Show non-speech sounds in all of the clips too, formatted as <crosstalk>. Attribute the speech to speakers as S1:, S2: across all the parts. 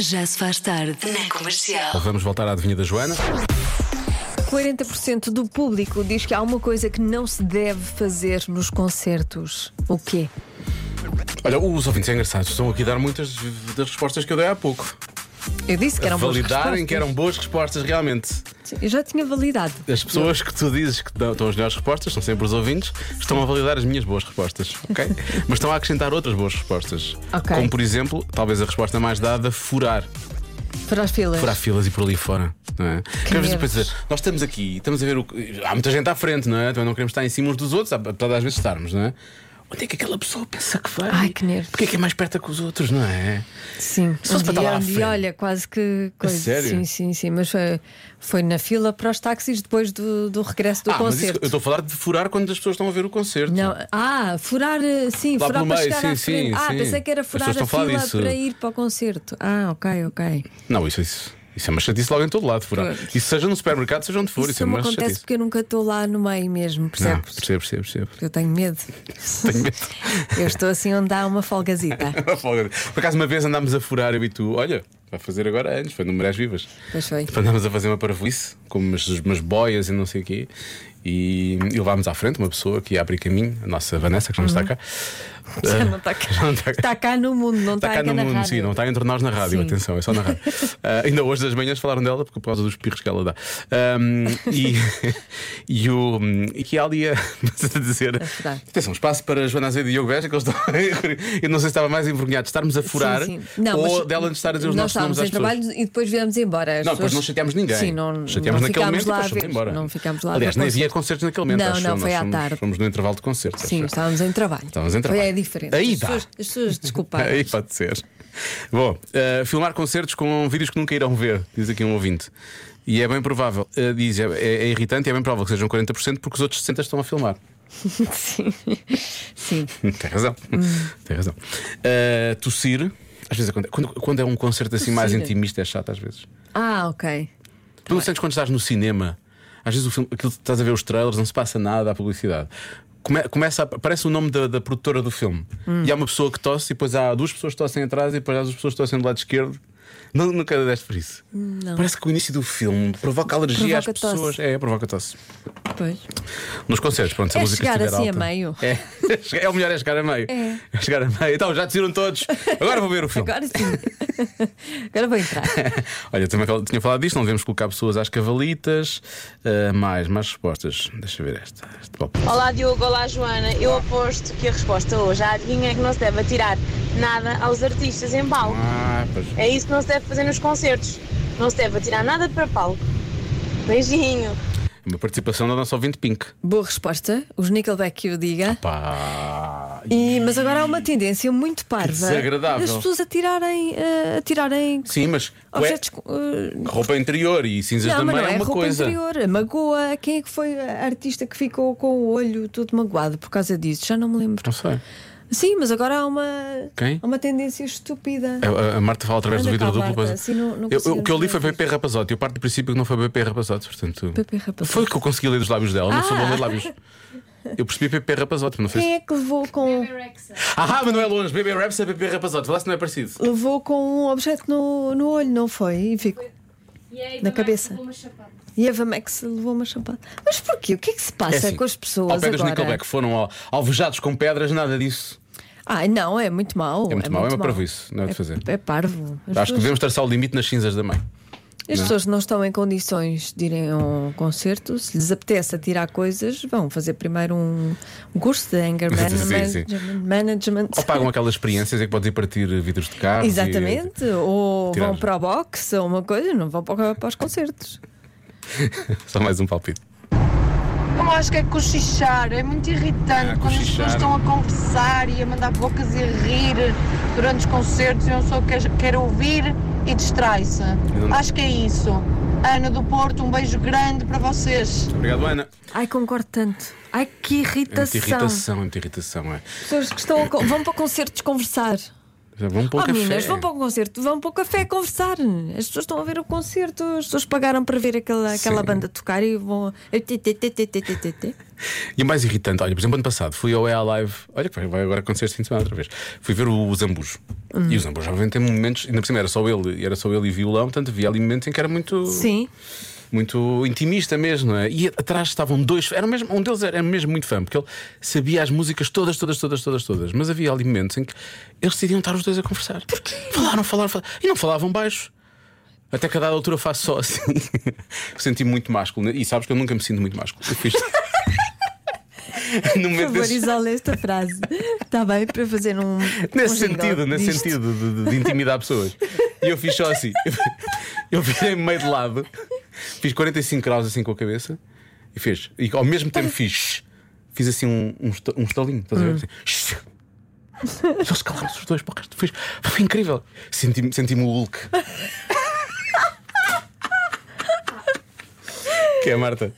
S1: Já se faz tarde na comercial.
S2: Vamos voltar à adivinha da Joana.
S3: 40% do público diz que há uma coisa que não se deve fazer nos concertos. O quê?
S2: Olha, os ouvintes engraçados estão aqui a dar muitas das respostas que eu dei há pouco.
S3: Eu disse que eram boas
S2: Validarem que
S3: respostas.
S2: eram boas respostas realmente.
S3: Eu já tinha validado.
S2: As pessoas que tu dizes que dão- estão as melhores respostas, são sempre os ouvintes, estão a validar as minhas boas respostas, <laughs> ok? Mas estão a acrescentar outras boas respostas.
S3: Ok.
S2: Como, por exemplo, talvez a resposta mais dada, furar.
S3: Para as filas.
S2: Furar filas e por ali fora. Não é? Porque às vezes
S3: nervos.
S2: pensa, nós estamos aqui, estamos a ver o que. Há muita gente à frente, não é? Também não queremos estar em cima uns dos outros, apesar das vezes estarmos, não é? Onde é que aquela pessoa pensa que vai?
S3: Ai, que nervos.
S2: Porque é que é mais perto que os outros, não é?
S3: Sim.
S2: Só se para estar lá à
S3: um dia,
S2: frente.
S3: olha, quase que. Coisa.
S2: sério?
S3: Sim, sim, sim. Mas foi, foi na fila para os táxis depois do, do regresso do
S2: ah, mas isso-
S3: concerto.
S2: eu estou a falar de furar quando as pessoas estão a ver o concerto.
S3: Não, ah, furar, eh, sim,
S2: Lá
S3: furar
S2: pelo
S3: para
S2: meio,
S3: chegar
S2: sim,
S3: à
S2: sim,
S3: frente. ah,
S2: sim.
S3: pensei que era
S2: As
S3: furar
S2: pessoas
S3: a
S2: estão a falar
S3: fila
S2: disso.
S3: para ir para o concerto. Ah, ok, ok.
S2: Não, isso, isso, isso é uma chatice logo em todo lado, furar.
S3: Pois.
S2: Isso seja no supermercado, seja onde for, isso,
S3: Isso
S2: é
S3: não me
S2: uma
S3: acontece
S2: chatice.
S3: porque eu nunca estou lá no meio mesmo,
S2: Não,
S3: percebes?
S2: percebo, percebo, percebo.
S3: Eu tenho medo.
S2: Tenho medo.
S3: <laughs> Eu estou assim onde há uma folgazita.
S2: Uma <laughs> folga. Por acaso, uma vez andámos a furar, eu e tu, olha, vai fazer agora anos, foi no Marés Vivas.
S3: Pois foi.
S2: Andámos a fazer uma parvoíce, com umas, umas boias e não sei o quê, e, e levámos à frente uma pessoa que ia abrir caminho, a nossa Vanessa, que não está cá.
S3: Já não está cá.
S2: é. Não está cá.
S3: Está cá no mundo, não está,
S2: Está cá no
S3: na
S2: mundo,
S3: rádio.
S2: sim, não está entre nós na rádio,
S3: Sim.
S2: atenção, é só
S3: <laughs>
S2: na rádio. Ah, ainda hoje das manhãs falaram dela porque por causa dos pirros que ela dá. Ahm, e, <laughs> e, o, e que há ali a, <laughs> a dizer.
S3: furar.
S2: Atenção, espaço para Joana Azevedo e Diogo Beja, que eles estão. <laughs> Eu não sei se estava mais envergonhado de estarmos a furar
S3: Sim, sim. Não,
S2: ou
S3: mas
S2: dela de estar a dizer os
S3: nós
S2: nossos
S3: estávamos
S2: nomes às
S3: em trabalho
S2: pessoas.
S3: e depois viemos embora. As
S2: Não, depois
S3: pessoas-
S2: não chateámos ninguém.
S3: Sim, não,
S2: chateámos
S3: não
S2: naquele
S3: ficámos
S2: momento
S3: lá
S2: e
S3: a
S2: depois fomos
S3: ver.
S2: embora.
S3: Não ficámos lá a
S2: Aliás,
S3: ver
S2: nem havia
S3: concertos.
S2: concertos naquele momento.
S3: Não,
S2: acho
S3: não,
S2: eu.
S3: foi
S2: Nós
S3: à
S2: fomos-
S3: tarde.
S2: Fomos no intervalo de concertos.
S3: Sim,
S2: acho eu.
S3: estávamos em trabalho.
S2: Estávamos em trabalho.
S3: Foi é diferente.
S2: Aí
S3: as,
S2: dá.
S3: pessoas, as pessoas desculparam.
S2: Aí pode ser. Bom, eh, filmar concertos com vídeos que nunca irão ver, diz aqui um ouvinte. E é bem provável, eh, diz, é, é- é irritante e é bem provável que sejam 40% porque os outros 60% estão a filmar.
S3: <laughs>
S2: <laughs>
S3: Sim. Sim.
S2: Tem razão. Tem razão. Eh, tossir, às vezes acontece. Quando, quando é um concerto assim mais
S3: Tossir.
S2: intimista, é chato às vezes.
S3: Ah, ok.
S2: Tu não sentes quando estás no cinema, às vezes o filme, aquilo, estás a ver os trailers, não se passa nada à publicidade. Come- começa a- aparece o nome da, da produtora do filme
S3: Hum.
S2: e há uma pessoa que tosse, e depois há duas pessoas que tossem atrás, e depois há duas pessoas que tossem do lado esquerdo. Nu- Nunca deste por isso. Parece que o início do filme provoca alergia
S3: Provoca
S2: às pessoas. É, provoca tosse.
S3: Pois.
S2: Nos concertos, pronto, se a
S3: É
S2: música
S3: chegar
S2: estiver
S3: assim a
S2: alta.
S3: meio.
S2: É, é <laughs> o melhor, é chegar a meio.
S3: É.
S2: <laughs> chegar a meio. Então, já decidiram todos. Agora vou ver o filme. <laughs>
S3: Agora sim. <laughs> Agora vou entrar.
S2: Olha, também fal- tinha falado disto, não devemos colocar pessoas às cavalitas. Ah, mais, mais respostas. Deixa eu ver esta. este palpite.
S3: Oh.
S4: Olá Diogo, olá Joana. Eu aposto que a resposta hoje à adivinha é que não se deve atirar nada aos artistas em palco.
S2: Ah, pois.
S4: É isso que não se deve fazer nos concertos. Não se deve atirar nada para palco. Beijinho.
S2: Uma participação da nossa ouvinte Pink.
S3: Boa resposta. Os Nickelback que o diga.
S2: Pá.
S3: E- mas agora há uma tendência muito parva
S2: desagradável.
S3: das pessoas atirarem, eh, atirarem
S2: Sim, mas ué,
S3: objetos. eh,
S2: roupa interior e cinzas
S3: não,
S2: da
S3: mas
S2: mãe
S3: não
S2: é,
S3: é
S2: uma
S3: roupa
S2: coisa.
S3: interior, a magoa. Quem é que foi a artista que ficou com o olho todo magoado por causa disso? Já não me lembro.
S2: Não sei.
S3: Sim, mas agora há uma,
S2: Quem? É,
S3: há uma tendência estúpida.
S2: A, a- a Marta fala através
S3: Anda
S2: do vidro
S3: cá,
S2: duplo.
S3: Marta,
S2: coisa.
S3: assim não- não
S2: Eu- eu- o
S3: conseguimos
S2: que eu li foi
S3: ver.
S2: BP Rapazote. Eu parto do princípio que não foi BP Rapazote. Portanto,
S3: PP Rapazote.
S2: Foi o que eu consegui ler dos lábios dela. Não sou bom a ler lábios. Eu percebi PP Rapazote, mas não fez.
S3: Quem é que levou com,
S2: Ah, mas não é longe. BB Raps é BB Rapazote. Vê lá se não é parecido.
S3: levou com um objeto no, no olho, não foi? E ficou. Na cabeça. E Eva Max levou uma champada. Mas porquê? O que é que se passa
S2: assim,
S3: com as pessoas
S2: Ao pé dos
S3: agora?
S2: Nickelback foram al- alvejados com pedras, nada disso.
S3: Ah, não, é muito mau.
S2: É muito mau, é uma parvoíce, não é de fazer.
S3: É parvo. As,
S2: Acho que
S3: pessoas,
S2: devemos é? traçar o limite nas cinzas da mãe.
S3: as pessoas não estão em condições de irem a um concerto. Se lhes apetece atirar coisas, vão fazer primeiro um um curso de anger
S2: <laughs> Sim,
S3: management.
S2: sim.
S3: management.
S2: Ou pagam aquelas experiências em que podes ir partir vidros de carro. e-
S3: Exatamente, ou
S2: Tirar-
S3: vão para o box ou uma coisa, não vão para, para os concertos.
S2: Só mais um palpite.
S5: Eu acho que é cochichar, é muito irritante
S2: Ah,
S5: quando as
S2: cochichar.
S5: pessoas estão a conversar e a mandar bocas e a rir durante os concertos e eu só quer, quer ouvir e distrai-se.
S2: não-
S5: Acho que é isso. Ana do Porto, um beijo grande para vocês.
S2: Obrigado, Ana.
S3: Ai, concordo tanto. Ai, que
S2: É muita
S3: irritação.
S2: irritação, é muita irritação, é.
S3: Pessoas que estão a con- vão para concertos conversar.
S2: Vão para um
S3: Oh,
S2: café.
S3: meninas, vão para um concerto, vão para o café conversar. As pessoas estão a ver o concerto, as pessoas pagaram para ver aquela, aquela
S2: Sim.
S3: banda tocar e vão. Sim,
S2: E o mais irritante, olha, por exemplo, ano passado fui ao EA Live, olha, pá, vai agora acontecer este fim de semana outra vez. Fui ver o Zambujo. E o Zambujo, obviamente, tem momentos, ainda por cima era só ele, era só ele e violão, portanto havia ali momentos em que era muito, <laughs> muito intimista mesmo, não é? E atrás estavam dois, era mesmo, um deles era mesmo muito fã, porque ele sabia as músicas todas, todas, todas, todas, todas, mas havia ali momentos em que eles decidiam estar os dois a conversar. Porquê? Falaram, falaram, falaram, e não falavam baixo. Até que a dada altura faço só assim. <laughs> Senti-me muito másculo. né? E sabes que eu nunca me sinto muito másculo. Eu fiz. <laughs> no
S3: por
S2: momento
S3: favor,
S2: desse,
S3: isola esta frase. Está bem para fazer um.
S2: nesse
S3: um jingle
S2: sentido, nesse
S3: disto.
S2: sentido de, de- de intimidar pessoas. E eu fiz só
S3: <laughs>
S2: assim. Eu virei meio de lado, fiz 45 graus assim com a cabeça e fez. E ao mesmo tempo fiz. Fiz assim um, um, esta- um estalinho, estás a
S3: Hum.
S2: ver? Assim, shh. E eles calaram-se os dois para o resto. Foi, foi incrível. Senti-me senti o Hulk. que é, Marta?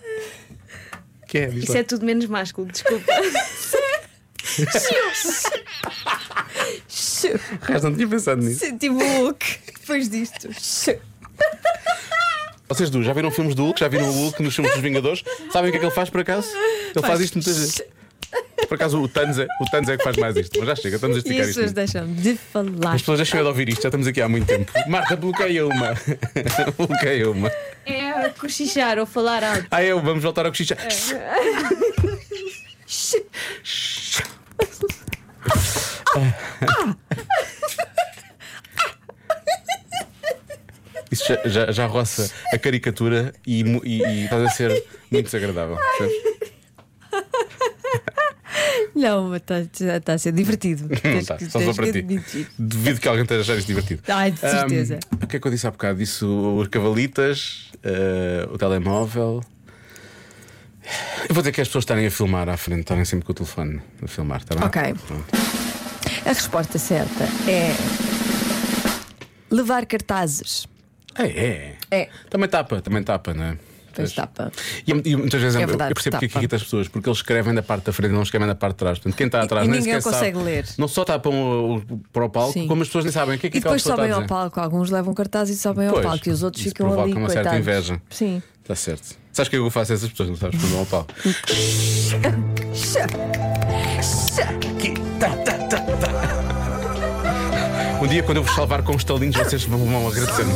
S2: Que é? Diz
S6: Isso
S2: lá.
S6: é tudo menos másculo, desculpa.
S2: Resto não tinha pensado nisso.
S3: Senti-me Hulk <laughs> depois disto. <laughs>
S2: Vocês duas já viram filmes do Hulk? Já viram o Hulk nos filmes dos Vingadores? Sabem o que é que ele faz por acaso? Ele faz, isto muitas vezes. Por acaso o Thanos, é, o Thanos é que faz mais isto. Mas já chega, estamos a
S3: E
S2: esticar
S3: as
S2: isto.
S3: pessoas
S2: muito.
S3: deixam de falar.
S2: As pessoas deixam eu de ouvir isto, já estamos aqui há muito tempo. Marta, bloqueia uma. <laughs> bloqueia uma.
S6: É cochichar ou falar alto. É.
S2: Ah, eu, vamos voltar ao cochicha. Isso já, já, já roça a caricatura e, mu- e, e estás a ser muito desagradável. percebes?
S3: Não, está a ser divertido.
S2: Não
S3: Tens
S2: tá,
S3: que-
S2: só sou
S3: tens
S2: para
S3: que
S2: ti.
S3: admitir.
S2: Duvido que alguém esteja a achar isto divertido.
S3: Ai, de
S2: Ahm,
S3: certeza.
S2: o que é que eu disse há bocado? Disse o- os cavalitas, eh, o telemóvel. Eu vou dizer que é as pessoas estarem a filmar à frente, estarem sempre com o telefone a filmar, está bem?
S3: Ok.
S2: Pronto.
S3: A resposta certa é. Levar cartazes.
S2: É, é.
S3: É.
S2: Também tapa, também tapa, não é?
S3: Pois tapa.
S2: E, e muitas vezes
S3: É
S2: eu-
S3: verdade,
S2: eu percebo que
S3: tapa.
S2: irrita as pessoas, porque eles escrevem da parte da frente e não escrevem da parte de trás. Portanto, quem está
S3: E-
S2: atrás
S3: e
S2: nem
S3: ninguém
S2: sequer
S3: consegue
S2: sabe.
S3: ler.
S2: Não só tapam o, o- para o palco,
S3: Sim.
S2: como as pessoas nem sabem o que é que
S3: E
S2: aquela
S3: depois
S2: pessoa está a
S3: sobem ao
S2: dizer.
S3: palco. Alguns levam cartazes e sobem
S2: Pois,
S3: ao palco. E os outros
S2: isso
S3: ficam ali.
S2: provoca uma certa
S3: coitados.
S2: inveja.
S3: Sim.
S2: Está certo. Sabes o que é que eu faço a essas pessoas? Não sabes como é o pau. Um dia, quando eu vos salvar com os talinhos, vocês vão, vão agradecer-me.